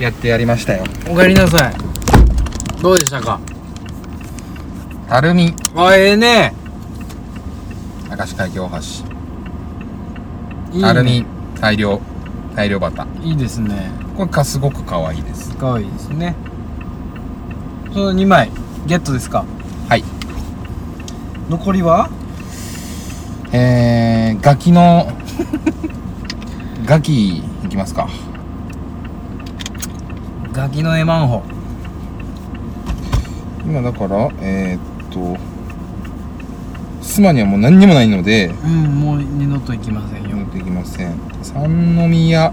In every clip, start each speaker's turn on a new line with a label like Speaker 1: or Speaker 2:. Speaker 1: やってやりましたよ
Speaker 2: おかえりなさいどうでしたか
Speaker 1: たるみ
Speaker 2: あええね
Speaker 1: 明石海峡大橋
Speaker 2: いい
Speaker 1: たるみ
Speaker 2: ね
Speaker 1: 大量大量バター
Speaker 2: いいですね
Speaker 1: これかすごく可愛いです
Speaker 2: かわいいですねその2枚ゲットですか
Speaker 1: はい
Speaker 2: 残りは
Speaker 1: えー、ガキの ガキいきますか
Speaker 2: ガキの絵マンホ
Speaker 1: 今だからえー、っとスマにはもう何にもないので
Speaker 2: うんもう二度と行きませんよ
Speaker 1: 読んできません三宮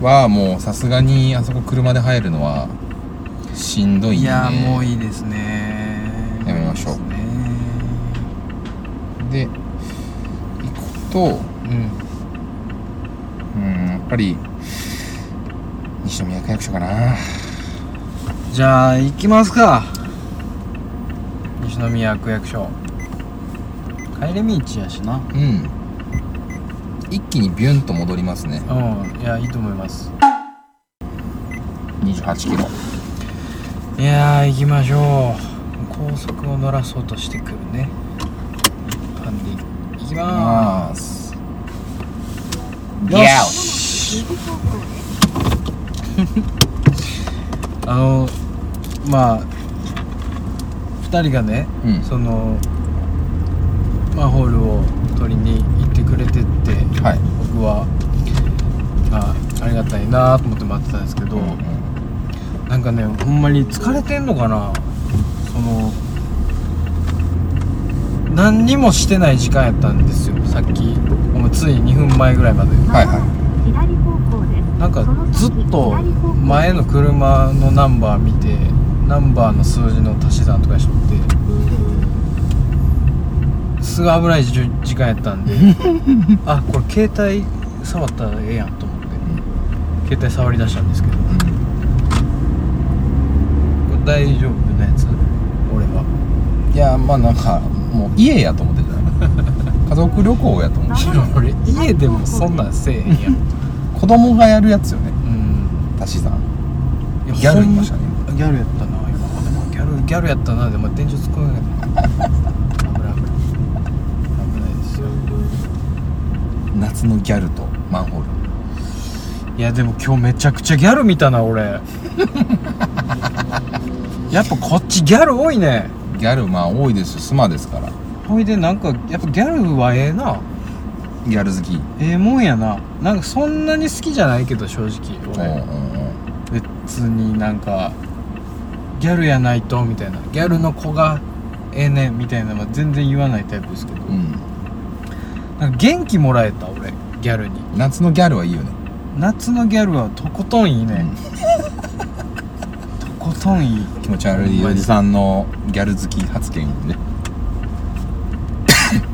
Speaker 1: はもうさすがにあそこ車で入るのはしんどいん
Speaker 2: い
Speaker 1: で
Speaker 2: やーもういいですね
Speaker 1: やめましょう
Speaker 2: いい
Speaker 1: で行くと
Speaker 2: ですね
Speaker 1: うんやっぱり西宮区役所かな
Speaker 2: うんじゃあ行きますか西宮区役所帰り道やしな
Speaker 1: うん一気にビュンと戻りますね
Speaker 2: うんいやいいと思います
Speaker 1: 2 8キロ
Speaker 2: いやー行きましょう高速を乗らそうとしてくるね一般で行きま
Speaker 1: まーす
Speaker 2: ーす
Speaker 1: ギャオ
Speaker 2: しあのまあ2人がね
Speaker 1: うん
Speaker 2: そのマンホールを取りに行ってくれてって
Speaker 1: はい
Speaker 2: 僕はあありがたいなと思って待ってたんですけど、
Speaker 1: うん
Speaker 2: なんかねほんまに疲れてんのかなその何にもしてない時間やったんですよさっきもうつい2分前ぐらいまで
Speaker 1: はいはい
Speaker 3: 左方向です。
Speaker 2: なんかずっと前の車のナンバー見てナンバーの数字の足し算とかしとってすごい危ないじ時間やったんであこれ携帯触ったらええやんと思って携帯触り出したんですけどこれ大丈夫なやつ俺はい
Speaker 1: やまあなんかもう家やと思って た家族旅行やと思って
Speaker 2: いや俺 家でもそんなんせえへんやん
Speaker 1: 子供がやるやつよね
Speaker 2: うん
Speaker 1: 足し算
Speaker 2: いや
Speaker 1: ギャルいましたね
Speaker 2: ほんギャルやったな今でもギャルギャルやったなでも電柱突っ込めなかった危ない危ない危ないですよ
Speaker 1: 夏のギャルとマンホール
Speaker 2: いやでも今日めちゃくちゃギャル見たな 俺やっぱこっちギャル多いね
Speaker 1: ギャルまあ多いですしスマですから
Speaker 2: ほいでなんかやっぱギャルはええな
Speaker 1: ギャル好き
Speaker 2: ええもんやななんかそんなに好きじゃないけど正直俺、
Speaker 1: うん
Speaker 2: 別になんかギャルやないとみたいなギャルの子がええねんみたいなのは全然言わないタイプですけど、
Speaker 1: うん
Speaker 2: なんか元気もらえた俺ギャルに
Speaker 1: うん夏のギャルはいいよね
Speaker 2: 夏のギャルはとことんいいね、とことんいい
Speaker 1: 気持ち悪いおじさんのギャル好き発言をね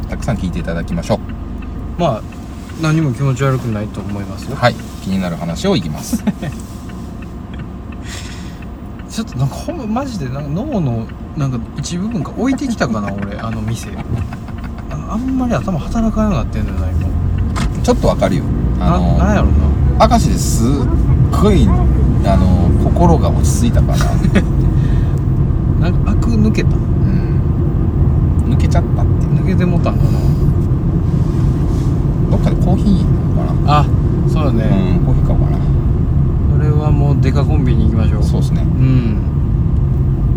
Speaker 1: たくさん聞いていただきましょ
Speaker 2: まあ何も気持ち悪くないと思います
Speaker 1: う
Speaker 2: よ
Speaker 1: はい気になる話をいきます
Speaker 2: ちょっとなんかほんまマジでなんか脳のなんか一部分が置いてきたか な俺あの店あのあんまり頭働かなくなってんのよな今
Speaker 1: ちょっとわかるよあ
Speaker 2: ななんや
Speaker 1: の
Speaker 2: ろな
Speaker 1: 明石ですっごいあの心が落ち着いた から、
Speaker 2: なんかアク抜けた
Speaker 1: うん、抜けちゃったっていうね
Speaker 2: 抜けてもたんかな
Speaker 1: どっかでコーヒー飲むかな
Speaker 2: あそうだね、
Speaker 1: うんコーヒー買おうかな
Speaker 2: これはもうデカコンビに行きましょう
Speaker 1: そうですね
Speaker 2: うん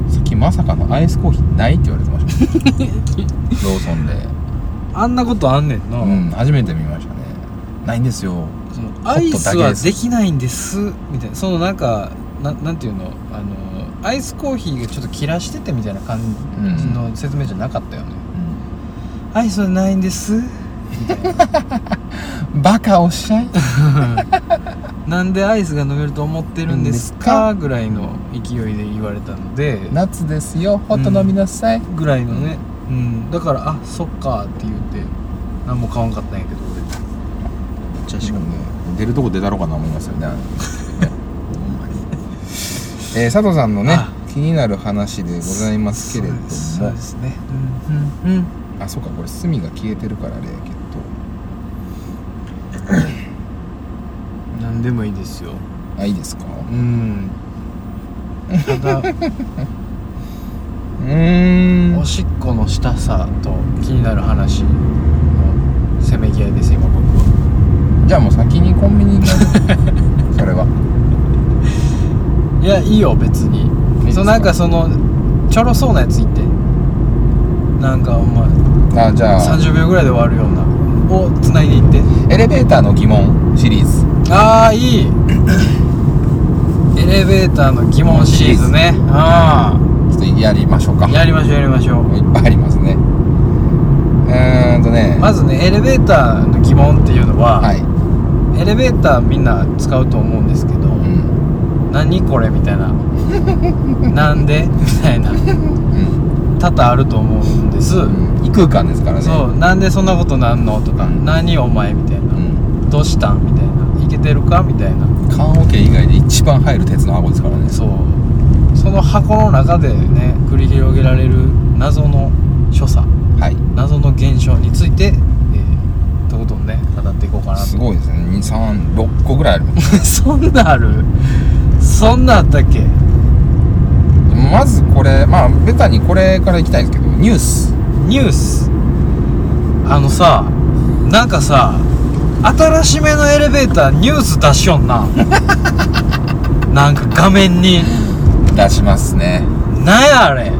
Speaker 1: さっきまさかのアイスコーヒーないって言われてました ローソンで
Speaker 2: あんなことあんねんな、
Speaker 1: うん初めて見ましたねないんですよ
Speaker 2: その
Speaker 1: だ
Speaker 2: ア
Speaker 1: け
Speaker 2: イ
Speaker 1: です
Speaker 2: スはできないんですみたいなそのなんかななんていうのあのアイスコーヒーがちょっと切らしててみたいな感じの説明じゃなかったよね、
Speaker 1: う
Speaker 2: アイスはないんですみたいな
Speaker 1: んバカおっしゃい
Speaker 2: なんでアイスが飲めると思ってるんですかぐらいの勢いで言われたので
Speaker 1: 夏ですよホット飲みなさい、
Speaker 2: ぐらいのね、うん、だからあそっかって言って何も買わんかったんやけど俺
Speaker 1: じゃあしかもね出るとこ出たろうかな思いますよねほんまに えー佐藤さんのね
Speaker 2: あ
Speaker 1: 気になる話でございますけれども
Speaker 2: そうそうですねうんうんうん
Speaker 1: あそうかこれ隅が消えてるからあれやけど
Speaker 2: 何でもいいですよ
Speaker 1: あいいですかう
Speaker 2: うんただ
Speaker 1: ーん
Speaker 2: おしっこのしたさと気になる話のせめぎ合いです今僕は
Speaker 1: じゃあもう先にコンビニ行か ないそれはい
Speaker 2: やいいよ別
Speaker 1: い
Speaker 2: に
Speaker 1: いです
Speaker 2: そ
Speaker 1: か
Speaker 2: うなんかそのちょろそうなやついってなんかお前
Speaker 1: あじゃあ
Speaker 2: 30秒ぐらいで終わるようなをつないでいって
Speaker 1: エレベーターの疑問シリーズ
Speaker 2: ああいい エレベーターの疑問シリーズねあ
Speaker 1: ちょっとやりましょうか
Speaker 2: あやりましょうやりましょう
Speaker 1: いっぱいありますねうーんとね
Speaker 2: まずねエレベーターの疑問っていうのは、
Speaker 1: はい、
Speaker 2: エレベーターみんな使うと思うんですけど、
Speaker 1: うん
Speaker 2: 何これみたい ななんでみたいな
Speaker 1: うん
Speaker 2: 多々あると思うんです、
Speaker 1: うん、異空間ですからね
Speaker 2: そうなんでそんなことなんのとか、
Speaker 1: うん
Speaker 2: 何お前みたいな、
Speaker 1: うん、
Speaker 2: どうしたんみたいないけてるかみたいな
Speaker 1: 棺桶以外で一番入る鉄の箱ですからね
Speaker 2: そうその箱の中でね繰り広げられる謎の所作
Speaker 1: はい
Speaker 2: 謎の現象について、えー、とことんね語っていこうか なと
Speaker 1: すごいですね236個ぐらいある
Speaker 2: そんなあるそんなあったっけ
Speaker 1: まずこれまあベタにこれからいきたいんですけどニュース
Speaker 2: ニュースあのさなんかさ新しめのエレベーターニュース出しよん ななんか画面に
Speaker 1: 出しますね
Speaker 2: なんやあれ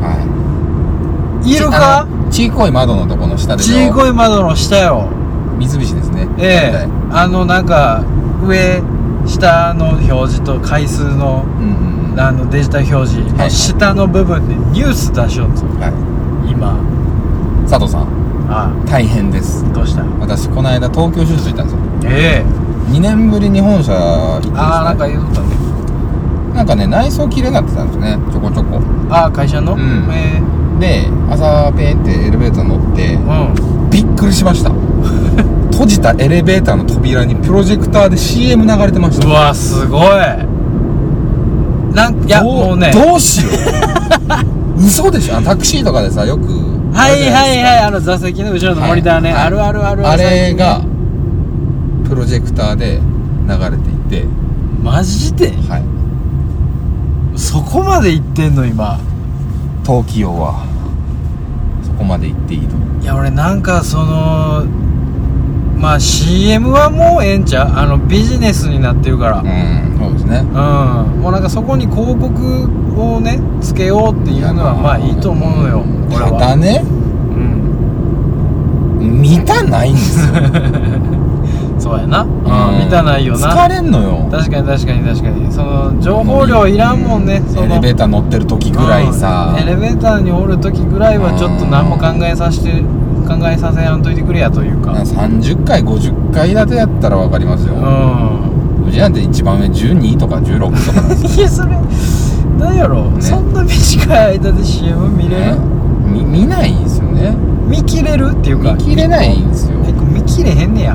Speaker 1: はい
Speaker 2: るか
Speaker 1: ちいこい窓のとこの下でしょ
Speaker 2: ちいこい窓の下よ
Speaker 1: 三菱ですね
Speaker 2: ええ
Speaker 1: 大体
Speaker 2: あのなんか上下の表示と回数の
Speaker 1: うんうんうんは
Speaker 2: あのデジタル表示
Speaker 1: は
Speaker 2: の
Speaker 1: い
Speaker 2: 下の部分でニュース出しよんぞ
Speaker 1: い
Speaker 2: 今
Speaker 1: 佐藤さん
Speaker 2: あ
Speaker 1: 大変です
Speaker 2: どうした
Speaker 1: 私この間東京手術行ったんですよ
Speaker 2: ええ
Speaker 1: 2年ぶりに本社行ってですね
Speaker 2: ああなんか言うとったね
Speaker 1: なんかね内装綺麗になってたんですねちょこちょこ
Speaker 2: ああ会社の、
Speaker 1: うん
Speaker 2: え
Speaker 1: で朝ペンってエレベーター乗って
Speaker 2: えうん
Speaker 1: びっくりしました 閉じたエレベーターの扉にプロジェクターで CM 流れてまし
Speaker 2: う
Speaker 1: た
Speaker 2: わすごいなんいや
Speaker 1: ど
Speaker 2: もうね
Speaker 1: どうしよう 嘘でしょあのタクシーとかでさよく
Speaker 2: はいはいはい
Speaker 1: い
Speaker 2: あの座席の後ろのモニターね、
Speaker 1: はいはい
Speaker 2: あるあるある
Speaker 1: あ
Speaker 2: 最
Speaker 1: れ
Speaker 2: 近
Speaker 1: がプロジェクターで流れてい
Speaker 2: マジで
Speaker 1: てはい
Speaker 2: そこまで行ってんの今
Speaker 1: 東京はそこまで行っていいと
Speaker 2: いや俺なんかそのまあ CM はもうええんちゃうあのビジネスになってるから
Speaker 1: うんそうですね
Speaker 2: うん、もうなんかそこに広告をねつけようっていうのはまあいいと思うのよ俺
Speaker 1: ただ
Speaker 2: は、
Speaker 1: ね
Speaker 2: うん、
Speaker 1: 見たないんですよ
Speaker 2: そうやな、うん、
Speaker 1: うん
Speaker 2: 見たないよな
Speaker 1: 疲れんのよ
Speaker 2: 確かに確かに確かにその情報量いらんもんね、その
Speaker 1: エレベーター乗ってる時ぐらいさ、
Speaker 2: うんエレベーターにおる時ぐらいはちょっと何も考えさせて考えさせやんといてくれやというか
Speaker 1: なんか30回50回建てやったら分かりますよ、
Speaker 2: う
Speaker 1: うちなんて一番上12とか16とかなんですよ
Speaker 2: んいやそれなんやろ、
Speaker 1: ね
Speaker 2: そんな短い間で CM 見れる、
Speaker 1: ねみ見ないんですよね
Speaker 2: 見切れるっていうか
Speaker 1: 見切れないんですよ
Speaker 2: 結構見切れへんねや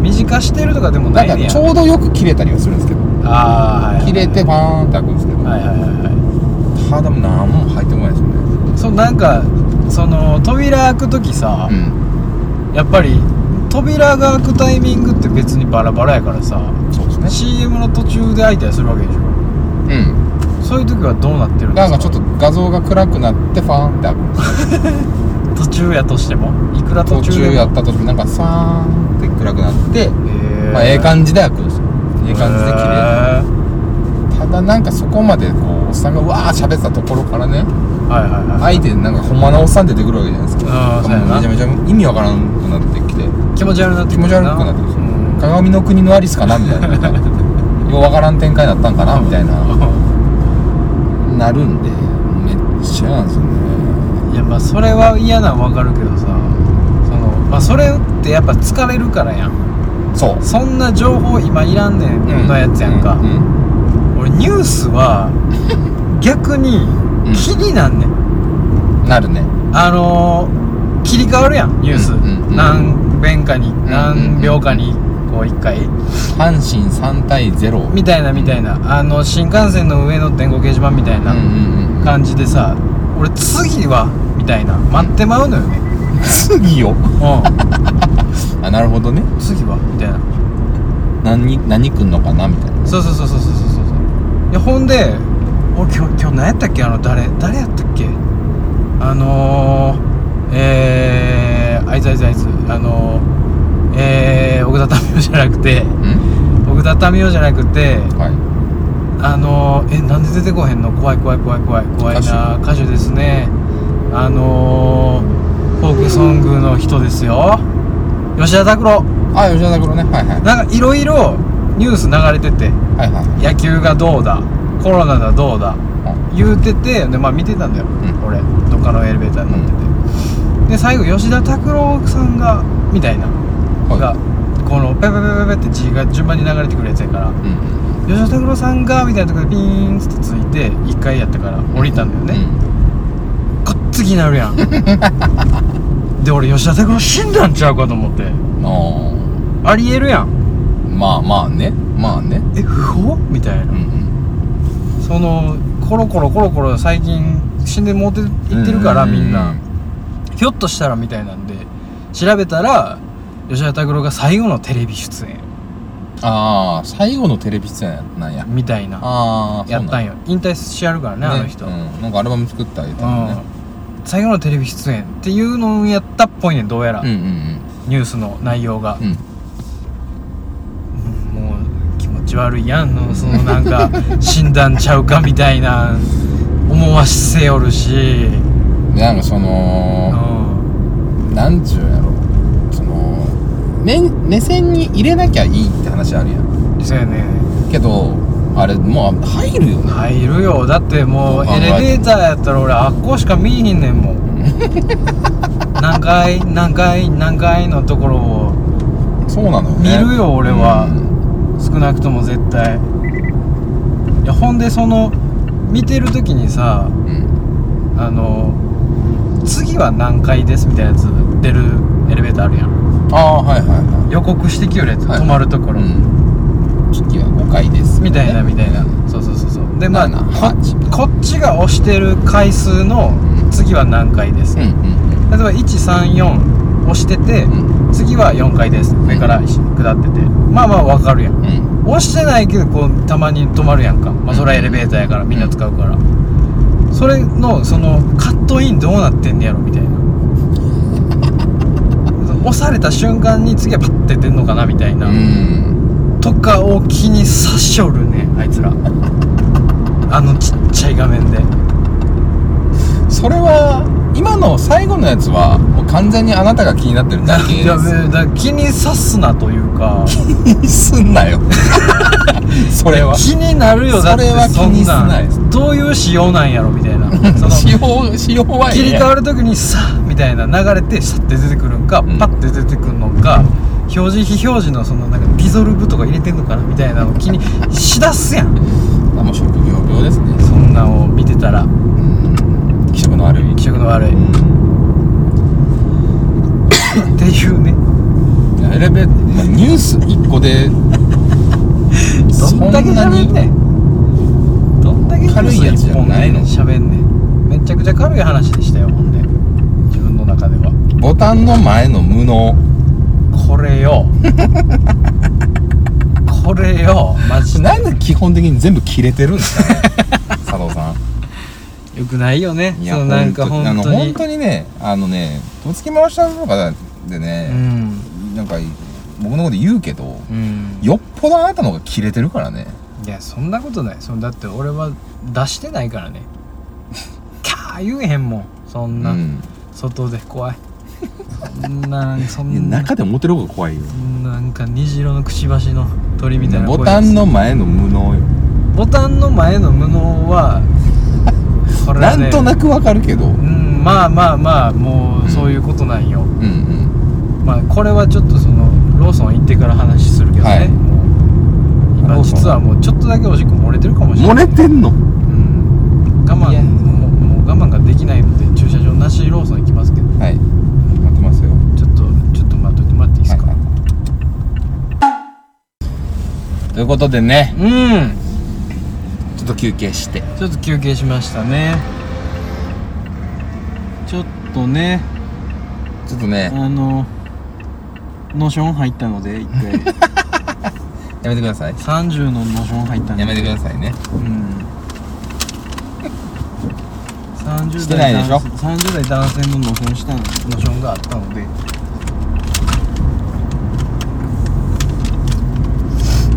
Speaker 2: 短してるとかでもな
Speaker 1: ないん
Speaker 2: ね
Speaker 1: か
Speaker 2: や
Speaker 1: ちょうどよく切れたりはするんですけど
Speaker 2: ああ
Speaker 1: 切れてバーンって開くんですけど、
Speaker 2: はいはいはいはい
Speaker 1: ただもう何も入ってこないですよね
Speaker 2: そうなんかその扉開く時さ、
Speaker 1: うん
Speaker 2: やっぱり扉が開くタイミングって別にバラバラやからさ
Speaker 1: そうですね
Speaker 2: CM の途中で開いたりするわけでしょ
Speaker 1: うん
Speaker 2: そういう時はどうなってるんで
Speaker 1: な
Speaker 2: す
Speaker 1: ん
Speaker 2: か
Speaker 1: かちょっと画像が暗くなってファーンって開くんですよ
Speaker 2: 途中やとしてもいくら途
Speaker 1: 途
Speaker 2: 中でも
Speaker 1: 中やったとしてなんかファーンって暗くなって、
Speaker 2: え
Speaker 1: まあ、ええ
Speaker 2: じ
Speaker 1: 感じで開くんですよええ感じで綺麗に
Speaker 2: に
Speaker 1: ただなんかそこまでこうおっさんがうわー喋ってたところからね
Speaker 2: はいはいはい、
Speaker 1: 相手なんかほんまのおっさん出てくるわけじゃないですか
Speaker 2: あーそうやな
Speaker 1: めちゃめちゃ意味わからんくなってきて
Speaker 2: 気持ち悪くなって
Speaker 1: 気持ち悪くなってくる
Speaker 2: うん
Speaker 1: 鏡の国のアリスかなみたいななんかようわからん展開だったんかなみたいななるんでめっちゃなんですよね
Speaker 2: いやまあそれは嫌なんわかるけどさそのまあそれってやっぱ疲れるからやん
Speaker 1: そう
Speaker 2: そんな情報今いらんねんのやつやんか、
Speaker 1: うんうん
Speaker 2: 俺ニュース は逆に
Speaker 1: うん
Speaker 2: 気になんねん、
Speaker 1: なるね
Speaker 2: あのー、切り替わるやんニュース、
Speaker 1: うんうんうん
Speaker 2: 何弁かに
Speaker 1: ん
Speaker 2: 何秒かにこう1回
Speaker 1: 阪神3対0うん
Speaker 2: みたいなみたいなあの新幹線の上の電光掲示板みたいな
Speaker 1: うん うん
Speaker 2: 感じでさ俺次はみたいな待ってまうのよ ね、うん、
Speaker 1: 次よあなるほどね
Speaker 2: 次はみたいな
Speaker 1: 何何来んのかなみたいな
Speaker 2: そうそうそうそうそうそうそういやほんで俺今日今日何やったっけあの誰誰やったっけあのー、えー、あいつあいつあいつあのー、えー、奥田民生じゃなくて
Speaker 1: うん
Speaker 2: 奥田民生じゃなくて
Speaker 1: はい
Speaker 2: あのー、えなんで出てこへんの怖い怖い怖い怖い怖いな歌手ですねあのー、フォークソングの人ですよ吉田拓郎
Speaker 1: あ吉田拓郎ねはいはい
Speaker 2: なんかいろいろニュース流れてて
Speaker 1: はいはい
Speaker 2: 野球がどうだコロナがどうだ
Speaker 1: うん
Speaker 2: 言うててでまあ見てたんだよ、
Speaker 1: ん
Speaker 2: 俺どっかのエレベーターに乗ってて、で最後吉田拓郎さんがみたいな、がこのペペペペペって字が順番に流れてくるやつやか
Speaker 1: う
Speaker 2: ら
Speaker 1: んうん
Speaker 2: 吉田拓郎さんがみたいなところでピーンっつってついて1回やったから降りたんだよね、こっつ気になる やんで俺吉田拓郎死んだんちゃうかと思って
Speaker 1: うんあ
Speaker 2: ありえるやん
Speaker 1: ーまあまあねまあね
Speaker 2: え不法みたいな
Speaker 1: うんうん
Speaker 2: そのコロコロコロコロ最近死んでもうていってるからみんなひょっとしたらみたいなんで調べたら吉田拓郎が最後のテレビ出演
Speaker 1: ああ最後のテレビ出演なんや
Speaker 2: みたいな
Speaker 1: ああ
Speaker 2: やったんよ引退しやるからねあの人、
Speaker 1: うん、なんかアルバム作ってあげたのね
Speaker 2: うん最後のテレビ出演っていうのをやったっぽいねどうやら、
Speaker 1: うんうん
Speaker 2: ニュースの内容が
Speaker 1: う、ん
Speaker 2: うんもう気持ち悪いやんのそのなんか死んだんちゃうかみたいな思わせよるし、
Speaker 1: うんでなんかその
Speaker 2: う
Speaker 1: なんちゅうやろその目目線に入れなきゃいいって話あるやん
Speaker 2: んそうやね
Speaker 1: けどあれもう入るよね
Speaker 2: 入るよだってもう
Speaker 1: 考
Speaker 2: エ
Speaker 1: えて
Speaker 2: レベーターやったら俺あっこしか見えへんねんも ん何階何階何階のところを
Speaker 1: そうなのよね
Speaker 2: 見るよ俺は
Speaker 1: うん
Speaker 2: 少なくとも絶対いやほんでその見てる時にさ
Speaker 1: うん
Speaker 2: あの次は何階ですみたいなやつ出るエレベーターあるやん
Speaker 1: ああはいはいは
Speaker 2: 予告してきよるやつ、
Speaker 1: はい
Speaker 2: 止まるとこ
Speaker 1: い
Speaker 2: ろ、
Speaker 1: うん機器は5回です
Speaker 2: みたいなみたいな、
Speaker 1: うん
Speaker 2: そうそうそうそうでまあ
Speaker 1: なな
Speaker 2: こ
Speaker 1: 8
Speaker 2: こっちが押してる回数の
Speaker 1: うん
Speaker 2: 次は何回です、
Speaker 1: うんうん
Speaker 2: 例えば134押してて、
Speaker 1: うん
Speaker 2: 次は4回です上から下っててまあまあわかるやん
Speaker 1: うん
Speaker 2: 押してないけどこうたまに止まるやんか、まあ、それはエレベーターやからみんな使うから、それのそのカットインどうなってんねやろみたいなその押された瞬間に次はパッて出んのかなみたいな、
Speaker 1: うん
Speaker 2: とかを気にさしょるねあいつらあのちっちゃい画面で
Speaker 1: それは今の最後のやつはもう完全にあなたが気になってるだけで
Speaker 2: いやだ気にさすなというか
Speaker 1: すすんなよ それは
Speaker 2: 気になるよだって
Speaker 1: それは気にすなよ
Speaker 2: そんんどういう仕様なんやろみた いなその
Speaker 1: 使用使用は
Speaker 2: 切り替
Speaker 1: る
Speaker 2: わる時にさあみたいな流れてさって出てくるんか、
Speaker 1: ん
Speaker 2: パッて出てくるのか表示非表示のそのなんかディゾルブとか入れてんのかなみたいなのを気にしだすやん
Speaker 1: もう職業病ですね
Speaker 2: そんなんを見てたら
Speaker 1: うん気色の悪い
Speaker 2: 気色の悪い、
Speaker 1: うん
Speaker 2: っていうね
Speaker 1: いやエレベーター、まあ、ニュース一個 でそ
Speaker 2: どんだけ喋んねんどんだけ
Speaker 1: 軽いやつじゃないの
Speaker 2: 一本で喋んねんめちゃくちゃ軽い話でしたよほんで自分の中では
Speaker 1: ボタンの前の無能
Speaker 2: これよこれよマジで
Speaker 1: なんで基本的に全部切れてるんですかね佐藤さん
Speaker 2: よくないよねそのなんか
Speaker 1: ほ
Speaker 2: 本
Speaker 1: んとあ
Speaker 2: 当
Speaker 1: の
Speaker 2: に
Speaker 1: 本当にねあのねとつき回したとかで
Speaker 2: う
Speaker 1: ね、
Speaker 2: ん
Speaker 1: なんか僕のこと言うけど
Speaker 2: うん
Speaker 1: よっぽどあなたの方が切れてるからね
Speaker 2: いやそんなことないそのだって俺は出してないか らねキャー言えへんもんそんな、
Speaker 1: うん
Speaker 2: 外で怖いそんなんそんな
Speaker 1: で思ってる方が怖いよ
Speaker 2: なんか虹色のくちばしの鳥みたいな声
Speaker 1: ボタンの前の無能よ、
Speaker 2: ボタンの前の無 能はこれ
Speaker 1: な
Speaker 2: はね
Speaker 1: んとなくわかるけどう
Speaker 2: うんんまあまあまあも
Speaker 1: う
Speaker 2: うんそういうことなんよ、
Speaker 1: うん
Speaker 2: まあこれはちょっとそのローソン行ってから話するけどね、
Speaker 1: はい
Speaker 2: もう
Speaker 1: ロー
Speaker 2: 今
Speaker 1: ソン
Speaker 2: 実はもうちょっとだけおしっこ漏れてるかもしれな
Speaker 1: れ
Speaker 2: い
Speaker 1: てんの
Speaker 2: うん我慢
Speaker 1: いや
Speaker 2: もうもう我慢ができないので駐車場なしローソン行きますけど
Speaker 1: はい待ってますよ
Speaker 2: ちょっとちょっと待っといてもらっていいですか、
Speaker 1: はいということでね
Speaker 2: うん
Speaker 1: ちょっと休憩して
Speaker 2: ちょっと休憩しましたねちょっとね
Speaker 1: ちょっとね
Speaker 2: あのノーション入ったので一回
Speaker 1: やめてください
Speaker 2: 30のノション入ったんで
Speaker 1: やめてくださいね
Speaker 2: うん
Speaker 1: し
Speaker 2: 30
Speaker 1: てない
Speaker 2: 代
Speaker 1: でしょ
Speaker 2: 男性30代男性のノションしたのノションがあったので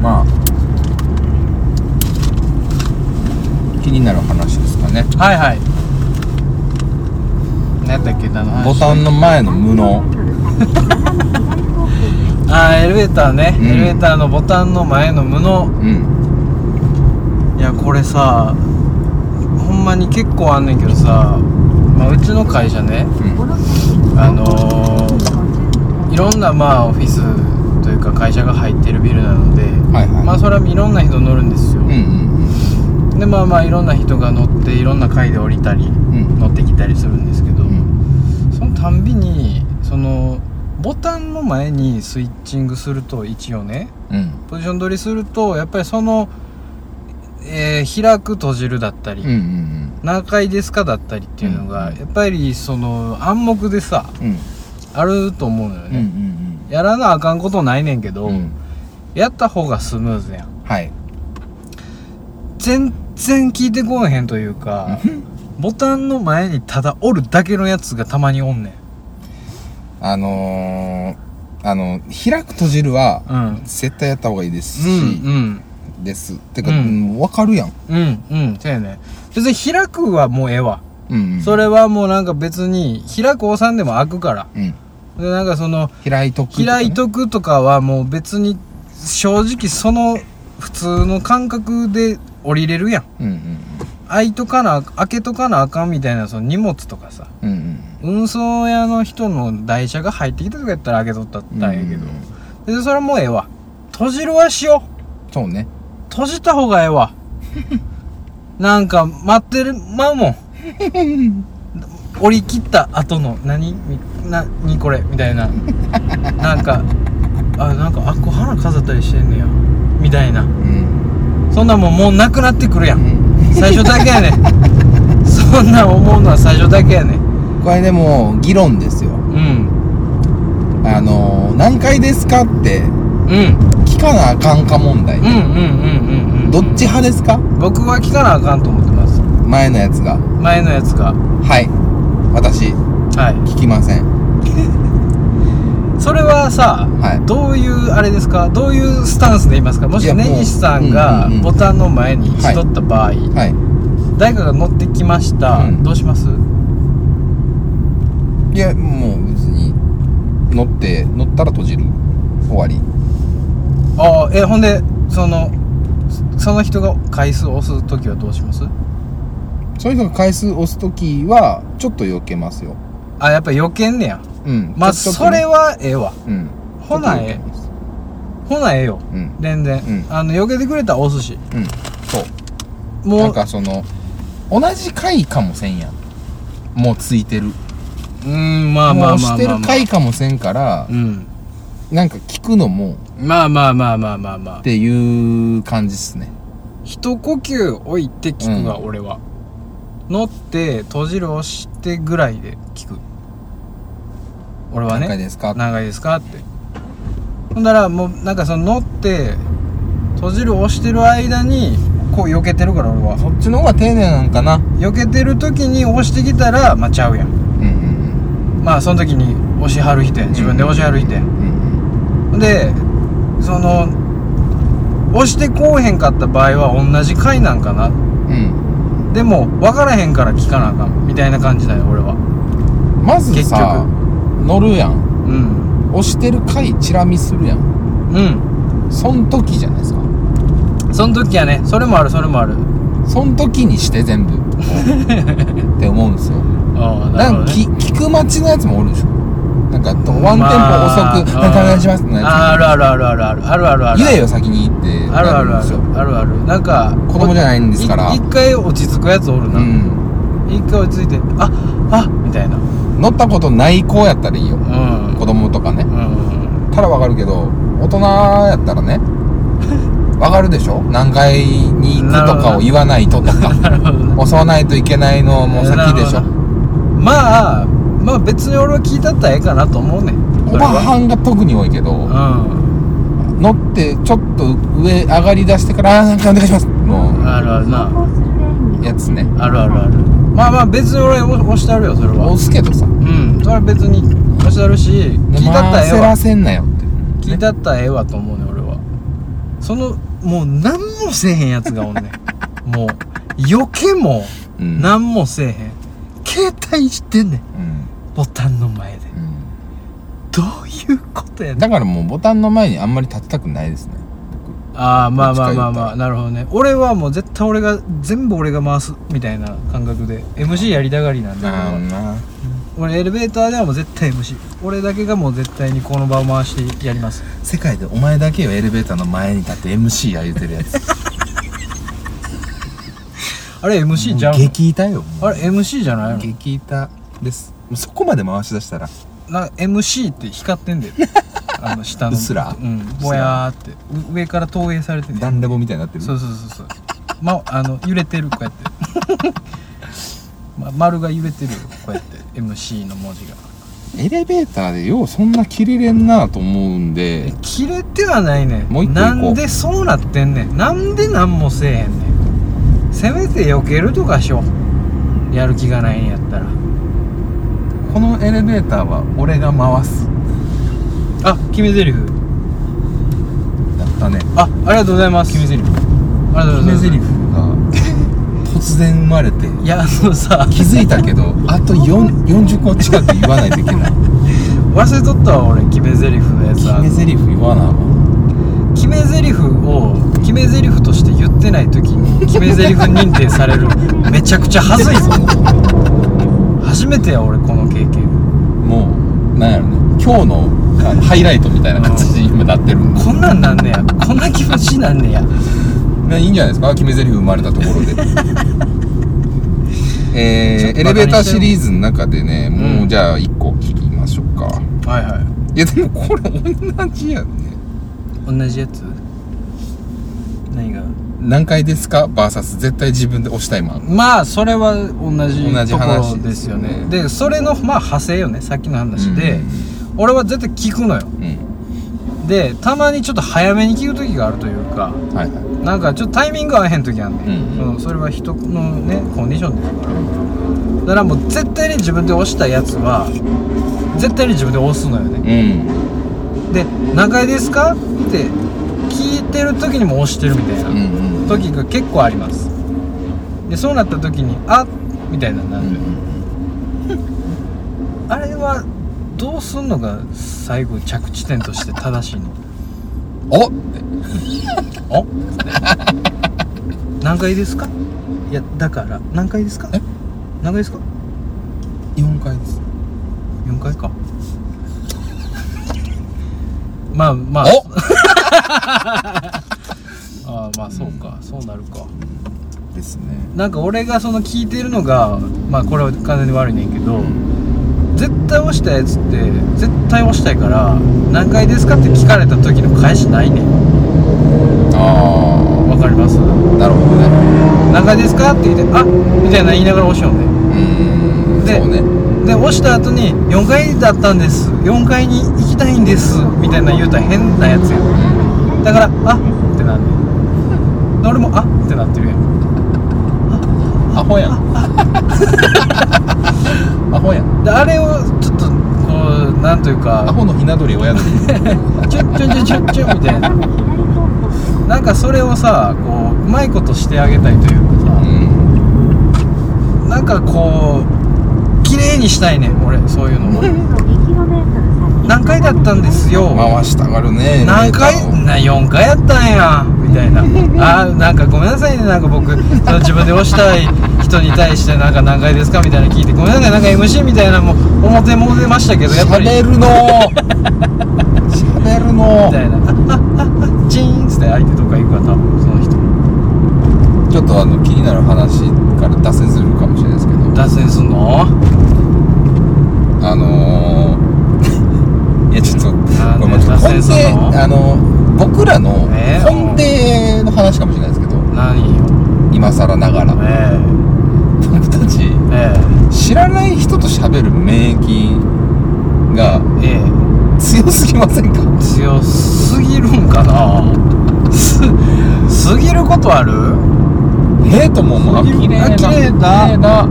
Speaker 1: まあ気になる話ですかね
Speaker 2: はいはい何やったっけあの話
Speaker 1: ボタンの前の無能
Speaker 2: あーエレベーターね、
Speaker 1: うん
Speaker 2: エレベーターのボタンの前の無の
Speaker 1: うん
Speaker 2: いやこれさほんまに結構あんねんけどさ、まあ、うちの会社
Speaker 1: う
Speaker 2: ね
Speaker 1: ん
Speaker 2: あのーいろんなまあオフィスというか会社が入ってるビルなので、
Speaker 1: はいはい
Speaker 2: まあそれはいろんな人乗るんですよ、
Speaker 1: うんうん
Speaker 2: でまあまあいろんな人が乗っていろんな階で降りたり
Speaker 1: うん
Speaker 2: 乗ってきたりするんですけど、
Speaker 1: うんうん
Speaker 2: そのたんびにそのボタンの前にスイッチングすると一応ね
Speaker 1: うん
Speaker 2: ポジション取りするとやっぱりその、えー開く閉じるだったり、
Speaker 1: うんうん
Speaker 2: 何回ですかだったりっていうのが、
Speaker 1: うん
Speaker 2: やっぱりその暗黙でさ
Speaker 1: うん
Speaker 2: あると思うのよ
Speaker 1: うんうんう
Speaker 2: ね、
Speaker 1: ん
Speaker 2: やらなあかんことないねんけど、
Speaker 1: うん
Speaker 2: やった方がスムーズやん
Speaker 1: はい
Speaker 2: 全然聞いてこんへんというかボタンの前にただおるだけのやつがたまにおんねん
Speaker 1: あのー、あの開く閉じるは、
Speaker 2: うん
Speaker 1: 絶対やった方がいいですし、
Speaker 2: うん
Speaker 1: ですてか、
Speaker 2: う
Speaker 1: うんん、分かるやん、
Speaker 2: うんうんうんそうやね別に開くはもうええわ、
Speaker 1: うんうん、
Speaker 2: それはもうなんか別に開く押さんでも開くから
Speaker 1: うん
Speaker 2: でなんかその
Speaker 1: 開いとくとかね、
Speaker 2: 開いとくとかはもう別に正直その普通の感覚で降りれるやん
Speaker 1: うん
Speaker 2: 開いとかな開けとかなあかんみたいなその荷物とかさ
Speaker 1: うんうんうん
Speaker 2: 運送屋の人の台車が入ってきたとかやったら開けとった
Speaker 1: うん
Speaker 2: ったらええけど、
Speaker 1: うん
Speaker 2: でそれはもうええわ閉じるはしよう
Speaker 1: そうね
Speaker 2: 閉じた方がえ えわなんか待ってるまうもん降り切った後の何みなにこれみたいななんかあなんかあこう花飾ったりしてんねやみたいな
Speaker 1: うん
Speaker 2: そんなもんもうなくなってくるや
Speaker 1: うんん
Speaker 2: 最初だけやねんそんなん思うのは最初だけやねん
Speaker 1: これでも議論ですよ
Speaker 2: うん
Speaker 1: あのー、何回ですかって
Speaker 2: うん
Speaker 1: 聞かなあかんか問題、
Speaker 2: うんうんうんうんうん
Speaker 1: どっち派ですか
Speaker 2: 僕は聞かなあかんと思ってます
Speaker 1: 前のやつが
Speaker 2: 前のやつが
Speaker 1: はい私
Speaker 2: は
Speaker 1: 聞きません
Speaker 2: いそれはさ
Speaker 1: はい
Speaker 2: どういうあれですかどういうスタンスで言いますかも
Speaker 1: い
Speaker 2: し
Speaker 1: やもう
Speaker 2: 根岸さんが
Speaker 1: うんうんうん
Speaker 2: ボタンの前にしとった場合、
Speaker 1: はい
Speaker 2: 誰かが乗ってきました、
Speaker 1: うん
Speaker 2: どうします
Speaker 1: いやもう別に乗って乗ったら閉じる終わり
Speaker 2: ああえほんでそのそその人が回数を押す時はどうします
Speaker 1: そういう人が回数押す時はちょっと避けますよ
Speaker 2: あやっぱ避けんねや
Speaker 1: うん
Speaker 2: まあ
Speaker 1: ちょっと
Speaker 2: それはええわ
Speaker 1: うん
Speaker 2: ほなええほなええよ
Speaker 1: うん
Speaker 2: 全然、
Speaker 1: うん
Speaker 2: あの避けてくれたら押すし
Speaker 1: うんそうな
Speaker 2: も
Speaker 1: ん
Speaker 2: う
Speaker 1: かその同じ回かもせんやんもうついてる
Speaker 2: うーんまあま
Speaker 1: も
Speaker 2: あ
Speaker 1: う
Speaker 2: ま
Speaker 1: し
Speaker 2: あ
Speaker 1: て
Speaker 2: まあ、
Speaker 1: る
Speaker 2: まあ、
Speaker 1: 回かもせんから
Speaker 2: うん
Speaker 1: なんか聞くのも
Speaker 2: まあまあまあまあまあまあ
Speaker 1: っていう感じっすね
Speaker 2: 一呼吸置いて聞くが、
Speaker 1: う
Speaker 2: 俺は乗って閉じる押してぐらいで聞く俺は
Speaker 1: 何回
Speaker 2: ね
Speaker 1: ですか
Speaker 2: 長いですかってほんだらもうなんかその乗って閉じる押してる間にこう避けてるから俺は
Speaker 1: そっちの方が丁寧なんかな
Speaker 2: 避けてる時に押してきたらまあちゃうやん
Speaker 1: うんうん
Speaker 2: まあその時に押しはる人や自分で押しはる人や
Speaker 1: うんうん
Speaker 2: でその押してこうへんかった場合は同じ回なんかな
Speaker 1: うん
Speaker 2: でも分からへんから聞かなあかんみたいな感じだよ俺は
Speaker 1: うんまずさ乗るやん
Speaker 2: うん
Speaker 1: 押してる回チラ見するやん
Speaker 2: うん
Speaker 1: そん時じゃないですか
Speaker 2: その時はねそれもあるそれもある
Speaker 1: そん時にして全 部って思うんですよ
Speaker 2: ああ
Speaker 1: なんかき聞く待ちのやつもおるでしょなんかとワンテンポ遅く「なんかお願いします」ってなや
Speaker 2: ああるあるあるあるあるあるあるあ
Speaker 1: つ
Speaker 2: る
Speaker 1: 言えよ先にって
Speaker 2: あるある
Speaker 1: な
Speaker 2: あ
Speaker 1: んです
Speaker 2: る
Speaker 1: よ
Speaker 2: あるあるなんか
Speaker 1: 子供じゃないんですから
Speaker 2: い一回落ち着くやつおる
Speaker 1: う
Speaker 2: なん一回落ち着いてああみたいなう
Speaker 1: 乗ったことない子やったらいいよ
Speaker 2: ん
Speaker 1: 子供とかね
Speaker 2: うん
Speaker 1: たらわかるけど大人やったら ねわかるでしょ何階に行くとかを言わないととか
Speaker 2: なるほどな
Speaker 1: 襲わないといけないのも先でし
Speaker 2: な
Speaker 1: ょ
Speaker 2: るほどまあまあ別に俺は聞いたったらええかなと思うねん
Speaker 1: おばはんが特に多いけど
Speaker 2: うん
Speaker 1: 乗ってちょっと上上がり出してからあーなんかお願いしますの
Speaker 2: あるあるな
Speaker 3: 走行するレーンに
Speaker 1: やつね
Speaker 2: あるあるあるまあまあ別に俺押してあるよそれは
Speaker 1: 押すけどさ
Speaker 2: うんそれは別に押してあるし聞いたったらええ
Speaker 1: 焦
Speaker 2: わ
Speaker 1: らせんなよって
Speaker 2: 聞いたったらええわと思うね俺はそのもう何もせえへんやつが おんねんもう余計も
Speaker 1: うん
Speaker 2: 何もせえへん携帯してんね
Speaker 1: う
Speaker 2: ん
Speaker 1: ん
Speaker 2: ボタンの前で
Speaker 1: う
Speaker 2: どういうことや
Speaker 1: ん
Speaker 2: ねん
Speaker 1: だからもうボタンの前にあんまり立ちたくないですね
Speaker 2: ああま
Speaker 1: どっ
Speaker 2: あまあまあ
Speaker 1: ちか言った
Speaker 2: ま
Speaker 1: ら
Speaker 2: あなるほどね俺はもう絶対俺が全部俺が回すみたいな感覚で MC やりたがりなんだけど
Speaker 1: な
Speaker 2: 俺エレベーターではもう絶対 MC 俺だけがもう絶対にこの場を回してやります
Speaker 1: 世界でお前だけよエレベーターの前に立って MC や言うてるやつ
Speaker 2: あれ MC じゃん
Speaker 1: 激痛よもう
Speaker 2: あれ MC じゃないの
Speaker 1: 激痛ですもうそこまで回し出したら
Speaker 2: な MC って光って んだよあの下の
Speaker 1: うっすら
Speaker 2: うんぼやーってう上から投影されてんだ
Speaker 1: ダ
Speaker 2: よ
Speaker 1: ンレボみたいになってる
Speaker 2: そうそうそうそうまあの揺れてるこうやって、 ま、丸が揺れてるよこうやって MC の文字が
Speaker 1: エレベーターでようそんな切れれんなと思うんで
Speaker 2: 切れてはないねん
Speaker 1: もう一個行こ
Speaker 2: な
Speaker 1: うん
Speaker 2: でそうなってんねんなんで何もせえへんねんせめて避けるとかしょやる気がないんやったら
Speaker 1: このエレベーターは俺が回す
Speaker 2: あ決め台詞
Speaker 1: だったね
Speaker 2: あありがとうございます
Speaker 1: 決め台詞
Speaker 2: ありがとうございます
Speaker 1: 決め台詞が突然生まれて
Speaker 2: いやあのさ
Speaker 1: 気づいたけ どあと4 40個近く言わないといけない
Speaker 2: 忘れとったわ俺決め台詞のやつ
Speaker 1: 決
Speaker 2: は
Speaker 1: め台詞言わなあかん
Speaker 2: 決め台詞を決め台詞として言ってない時に決め台詞認定されるめちゃくちゃ恥ずいぞ初めてや俺この経験
Speaker 1: もうなんやろね今日のあのハイライトみたいな形に今なってるんで、
Speaker 2: こんなんなんねやこんな気持ちになんねや
Speaker 1: ねいいんじゃないですか決め台詞生まれたところ で
Speaker 2: ちょっ
Speaker 1: えー、
Speaker 2: と
Speaker 1: エレベーターシリーズの中でねもう、
Speaker 2: うん
Speaker 1: じゃあ1個聞きましょうか
Speaker 2: はいはい
Speaker 1: やでもこれ同じやんね
Speaker 2: い同じやつ何が
Speaker 1: 何回ですか VS 絶対自分で押したいマン
Speaker 2: まあそれは同じ
Speaker 1: 同じ
Speaker 2: と
Speaker 1: 話
Speaker 2: ころですよ
Speaker 1: ですよ
Speaker 2: ね
Speaker 1: ね
Speaker 2: でそれのまあ派生よねさっきの話で、俺は絶対聞くのよ
Speaker 1: うん、
Speaker 2: でたまにちょっと早めに聞く時があるというか
Speaker 1: うん、はいはい
Speaker 2: なんかちょっとタイミング合わへん時あんね
Speaker 1: う
Speaker 2: ん、
Speaker 1: ん
Speaker 2: そのそれは人のねコンディションですからだからもう絶対に自分で押したやつは絶対に自分で押すのよね
Speaker 1: うん
Speaker 2: で「何回ですか?」って聞いてる時にも押してるみたいな、
Speaker 1: うんうん
Speaker 2: 時が結構ありますでそうなった時に「あみたいなのにな
Speaker 1: う
Speaker 2: るのよ、
Speaker 1: ん
Speaker 2: あれはどうすんのが最後着地点として正しいの
Speaker 1: おっ
Speaker 2: お何回ですかいやだから何回ですか
Speaker 1: え
Speaker 2: 何回ですか
Speaker 1: 4回です
Speaker 2: 4回かまあまあ
Speaker 1: お
Speaker 2: ああまあそうか、そうなるか
Speaker 1: ですね
Speaker 2: なんか俺がその聞いてるのがまあこれは完全に悪いねんけど、絶対押したやつって絶対押したいから「何回ですか?」って聞かれた時の返しないねん
Speaker 1: あ
Speaker 2: わかります
Speaker 1: あなるほどね
Speaker 2: 何回ですかって言って「あみたいな言いながら押しようね
Speaker 1: うん
Speaker 2: で
Speaker 1: そうね
Speaker 2: で押した後に「4階だったんです4階に行きたいんです」みたいな言うたら変なやつやんだから「あってなんねんで俺も「あってなってるやん
Speaker 1: アホや んアホやん
Speaker 2: であれをちょっとこうなんという
Speaker 1: ア
Speaker 2: か
Speaker 1: ホのひな鳥親鳥
Speaker 2: 「チュッチュッチュッチュッチュッ」みたいな
Speaker 3: 左方向です。
Speaker 2: なんかそれをさこううまいことしてあげたいというかさ、
Speaker 1: うん
Speaker 2: なんかこう綺麗にしたいねん俺そういうのも
Speaker 3: 2km 先
Speaker 2: 何回だったんですよ
Speaker 1: 回したがるね
Speaker 2: 何回な4回やったんやみたいな あーなんかごめんなさいねなんか僕その自分で押したい人に対してなんか何回ですかみたいな聞いてごめんなさいなんか MC みたいなのも表も出ましたけどやっぱり
Speaker 1: 喋るの喋るの
Speaker 2: みたいな あああチーンっつって相手とか行くわ多分その人
Speaker 1: ちょっとあの気になる話から脱線するかもしれないですけど
Speaker 2: 脱線すんの
Speaker 1: あのー、いやちょっと
Speaker 2: なんで
Speaker 1: これもうちょっと
Speaker 2: 脱線すんの
Speaker 1: 本あの僕らの
Speaker 2: えー
Speaker 1: 本底の話かもしれないですけど
Speaker 2: 何よ
Speaker 1: 今更ながら
Speaker 2: え
Speaker 1: 僕たち
Speaker 2: ええ
Speaker 1: 知らない人と喋る免疫が
Speaker 2: えええ
Speaker 1: 強すぎませんか
Speaker 2: 強すぎるんかなすすぎることある
Speaker 1: ええとももう
Speaker 2: すぎるあ綺麗だ
Speaker 1: 綺麗だ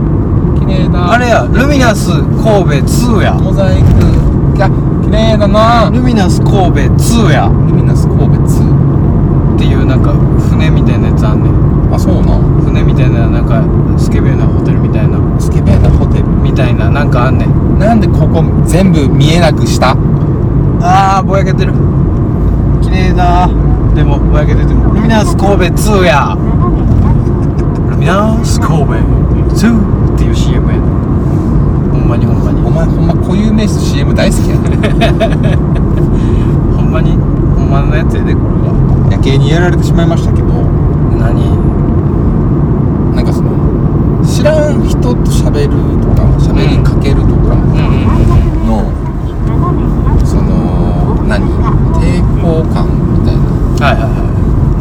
Speaker 1: 綺麗だ
Speaker 2: あれやルミナス神戸2や
Speaker 1: モザイクあ綺麗だな
Speaker 2: ルミナス神戸2や
Speaker 1: ルミナス神戸2
Speaker 2: っていうなんか船みたいなやつあんねん
Speaker 1: あそうな
Speaker 2: 船みたいななんかスケベなホテルみたいな
Speaker 1: スケベなホテル
Speaker 2: みたいななんかあんねん
Speaker 1: なんでここ全部見えなくした
Speaker 2: あーぼやけてる綺麗だでもぼやけててルミナス神戸2やルミナス神戸2っていう CM やねんほんまにほんまに
Speaker 1: お前ほんま固有名詞 CM 大好きやね
Speaker 2: ほんまにほんまのやつやでこれは
Speaker 1: 夜景にやられてしまいましたけど
Speaker 2: 何
Speaker 1: なんかその知らん人と喋るとか喋りかけるとか、その何抵抗感みたいな
Speaker 2: はいはいは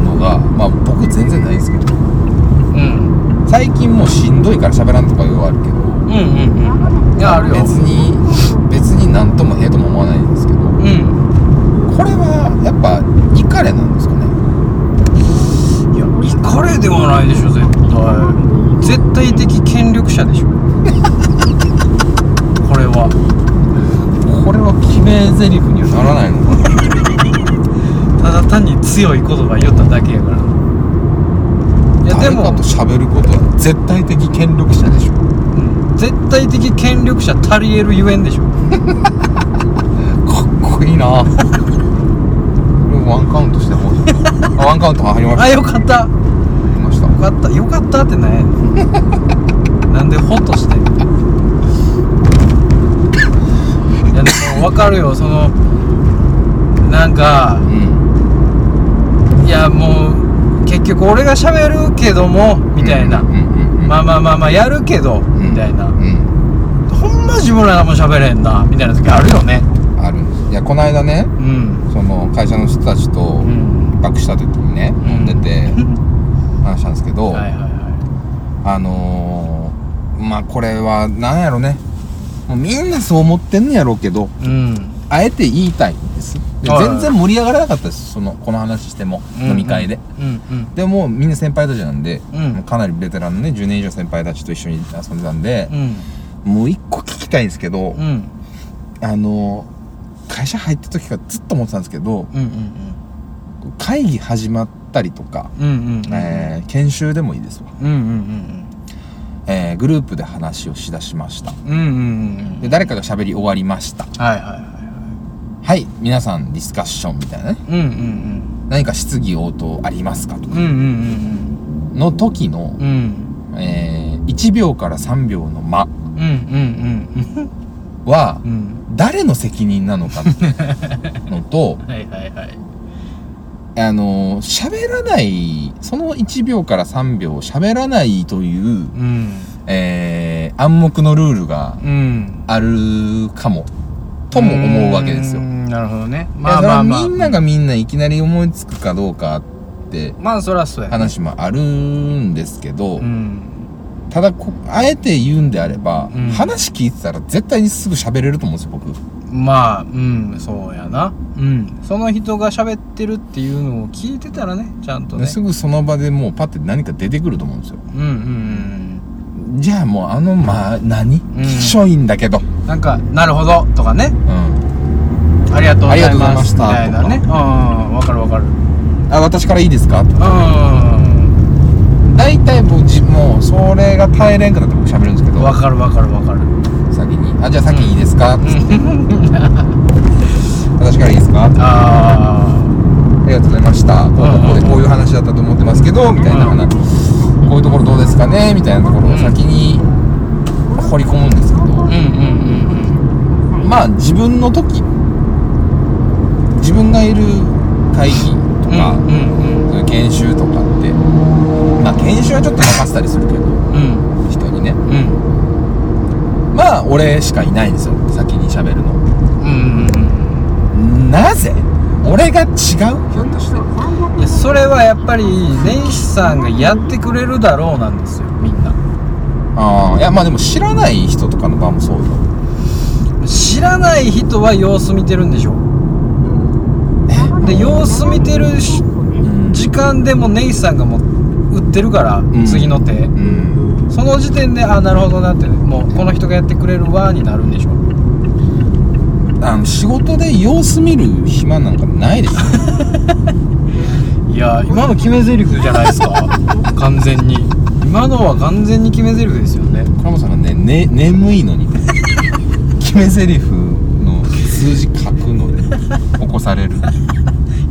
Speaker 1: のがまあ僕全然ないですけど
Speaker 2: いうん
Speaker 1: 最近もうしんどいから喋らんとかようあるけど
Speaker 2: うんうんうんいやあるよ
Speaker 1: 別に別になんともへえとも思わないんですけど
Speaker 2: うん
Speaker 1: これはやっぱイカレなんですかね
Speaker 2: いやイカレではないでしょ絶対絶対的権力者 でしょこれは
Speaker 1: これは決め台詞にはならないのかな
Speaker 2: ただ単に強い言葉言っただけやからいやで
Speaker 1: 誰
Speaker 2: も
Speaker 1: かと喋ることは絶対的権力者でしょ
Speaker 2: うん絶対的権力者足りえるゆえんでしょ
Speaker 1: かっこいいなこれワンカウントしてほしいあワンカウント入りま
Speaker 2: あ
Speaker 1: した
Speaker 2: よかった
Speaker 1: 入りました
Speaker 2: よかったよかったってなんやね んなんでホッとしてんのいやでも分かるよそのなんか
Speaker 1: うん
Speaker 2: いやもう結局俺が喋るけどもみたいな、
Speaker 1: うんうんうん
Speaker 2: まあまあまあまあやるけ
Speaker 1: う
Speaker 2: ど、
Speaker 1: ん
Speaker 2: みたいな
Speaker 1: うん
Speaker 2: ほんま自分ら何も喋れんなみたいな時あるよね
Speaker 1: あるんですいやこの間ね
Speaker 2: うん
Speaker 1: その会社の人たちと
Speaker 2: うん
Speaker 1: 爆した時にね飲んでて話したんですけど、
Speaker 2: はいはいは
Speaker 1: あのー、まあこれはなんやろねもうみんなそう思ってんのやろうけど
Speaker 2: いうん
Speaker 1: あえて言いたいんですで
Speaker 2: はい
Speaker 1: 全然盛り上がらなかったですそのこの話しても、飲み会で
Speaker 2: うんうん
Speaker 1: でもみんな先輩たちなんで、
Speaker 2: うん
Speaker 1: もうかなりベテランのね10年以上先輩たちと一緒に遊んでたんで
Speaker 2: う、ん
Speaker 1: もう一個聞きたいんですけど、
Speaker 2: うんうん
Speaker 1: あの会社入った時からずっと思ってたんですけど
Speaker 2: うん
Speaker 1: 会議始まったりとか、
Speaker 2: うんうんうんうん
Speaker 1: えー研修でもいいですわ、
Speaker 2: うんうん
Speaker 1: えーグループで話をしだしました
Speaker 2: うんうんうんうんう
Speaker 1: で
Speaker 2: ん
Speaker 1: 誰かが喋り終わりました
Speaker 2: はいはいは
Speaker 1: はい皆さんディスカッションみたいなね
Speaker 2: いうんうん
Speaker 1: 何か質疑応答ありますかと
Speaker 2: うんうんうん
Speaker 1: の時の
Speaker 2: うんうんう、ん
Speaker 1: えー1秒から3秒の間
Speaker 2: うんうん
Speaker 1: は
Speaker 2: うんうん
Speaker 1: 誰の責任なのかっていうの と
Speaker 2: はいはいはい
Speaker 1: あの喋らないその1秒から3秒喋らないという、
Speaker 2: うん
Speaker 1: えー暗黙のルールが
Speaker 2: うん
Speaker 1: あるかもとも思うわけですよ。
Speaker 2: ーんなるほどね
Speaker 1: ま
Speaker 2: ま
Speaker 1: あ
Speaker 2: あまあまあ
Speaker 1: みんながみんないきなり思いつくかどうかって
Speaker 2: まあそらそうや
Speaker 1: 話もあるんですけど、
Speaker 2: うん
Speaker 1: ただこあえて言うんであれば、
Speaker 2: うん
Speaker 1: 話聞いてたら絶対にすぐ喋れると思うんですよ僕。
Speaker 2: まあうんそうやなうんその人が喋ってるっていうのを聞いてたらねちゃんとね
Speaker 1: すぐその場でもうパッて何か出てくると思うんですよ。
Speaker 2: うんうん
Speaker 1: じゃあもうあのまあ何
Speaker 2: ん
Speaker 1: きしょいんだけど、
Speaker 2: うんなんか「なるほど」とかね
Speaker 1: うん、
Speaker 2: ありがとうございます。み
Speaker 1: あ
Speaker 2: た
Speaker 1: り
Speaker 2: い
Speaker 1: がとうござ
Speaker 2: な
Speaker 1: いま
Speaker 2: ね。うん、わかるわかる。うん。
Speaker 1: あ私からいいですか大体もうじもうそれが耐えれんくなって僕喋るんですけど
Speaker 2: わかるわかるわかる。
Speaker 1: 先に「あじゃあ先いいですか?」っつって「私からいいですか?」
Speaker 2: あ
Speaker 1: ありがとうございました。こう
Speaker 2: うんうん
Speaker 1: ここでこういう話だったと思ってますけど、みたいな話。こういうところどうですかねみたいなところを先に掘り込むんですけど、
Speaker 2: あ。うんうん
Speaker 1: まあ自分の時、自分がいる会議と
Speaker 2: うんうん。
Speaker 1: か、
Speaker 2: うん
Speaker 1: そういう研修とかって、まあ研修はちょっと任せたりするけど、
Speaker 2: うん
Speaker 1: 人にね。
Speaker 2: うん。うん
Speaker 1: まあ俺しかいないんですよ、先に喋るの。
Speaker 2: うんうん
Speaker 1: なぜ俺が違うひょっとして。
Speaker 2: うん。いやそれはやっぱり年始さんがやってくれるだろうなんですよみんな
Speaker 1: ああ、いやまあでも知らない人とかの場もそうよ。
Speaker 2: 知らない人は様子見てるんでしょで様子見てるし
Speaker 1: うん
Speaker 2: 時間でもネイさんがもう売ってるから、
Speaker 1: ん
Speaker 2: 次の手
Speaker 1: うん
Speaker 2: その時点であなるほどなってもうこの人がやってくれるわになるんでしょ
Speaker 1: あの仕事で様子見る暇なんかないでしょ
Speaker 2: いや今の決め台詞じゃない ですか完全に今のは完全に決め台詞ですよね
Speaker 1: 倉本さんがねね眠いのに決め台詞の数字書くので起こされる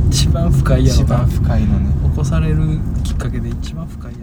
Speaker 2: 一番深いやろ
Speaker 1: 一番不快のね
Speaker 2: 起こされるきっかけで一番深いや